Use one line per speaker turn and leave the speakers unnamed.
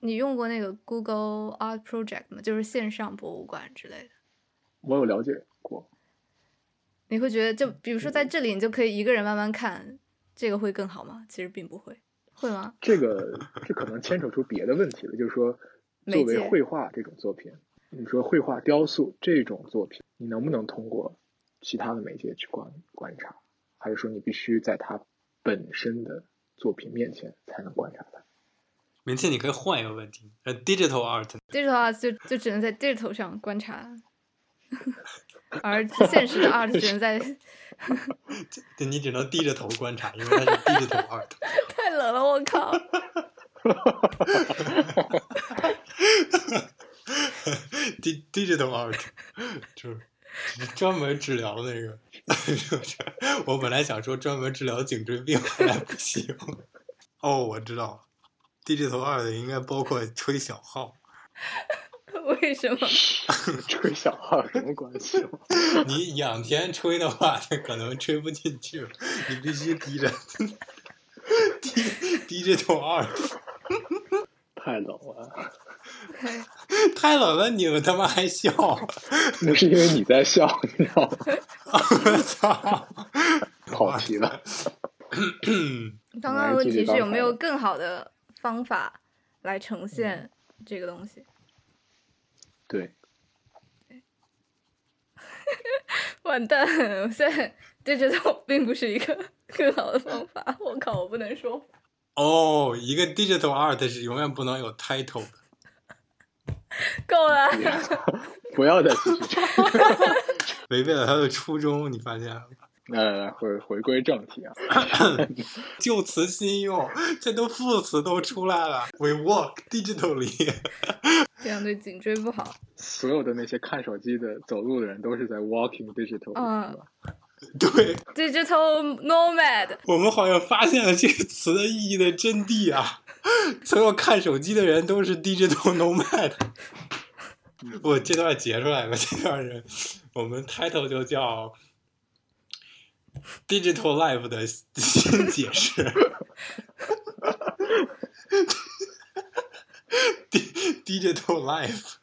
你用过那个 Google Art Project 吗？就是线上博物馆之类的。
我有了解过，
你会觉得，就比如说在这里，你就可以一个人慢慢看，这个会更好吗？其实并不会，会吗？
这个这可能牵扯出别的问题了，就是说，
媒
作
介
为绘画这种作品，你说绘画、雕塑这种作品，你能不能通过其他的媒介去观观察，还是说你必须在它本身的作品面前才能观察它？
明天你可以换一个问题，呃，digital art，
digital art 就就只能在 digital 上观察，而现实的 art 只能在
对你只能低着头观察，因为它是 digital art。
太冷了，我靠！
D digital art，就是专门治疗那个。 我本来想说专门治疗颈椎病，后来不行。 哦，我知道了，digital art 应该包括吹小号。
为什么？
吹小号有什么关系吗？
你仰天吹的话，它可能吹不进去了，你必须低着。 低低着头二，
太冷了，
太冷了，你们他妈还笑，
那是因为你在笑，你知道吗？
我操！
跑题了。
刚刚的问题是有没有更好的方法来呈现这个东西？
对，
完蛋，我现在 digital 并不是一个 更好的方法。我靠，我不能说话。
哦，一个 digital art 是永远不能有 title 的。
够了，
不要再继续这样。
违背了他的初衷，你发现了吗？
来来来，回回归正题啊。
旧词新用，这都副词都出来了。We walk digitally，
这样对颈椎不好。
所有的那些看手机的、走路的人都是在 walking digital，、
嗯
是吧？
对
digital nomad，
我们好像发现了这个词的意义的真谛啊！ 所有看手机的人都是 digital nomad。我这段截出来吧，这段人，我们 title 就叫 digital life 的新解释。Di- digital life。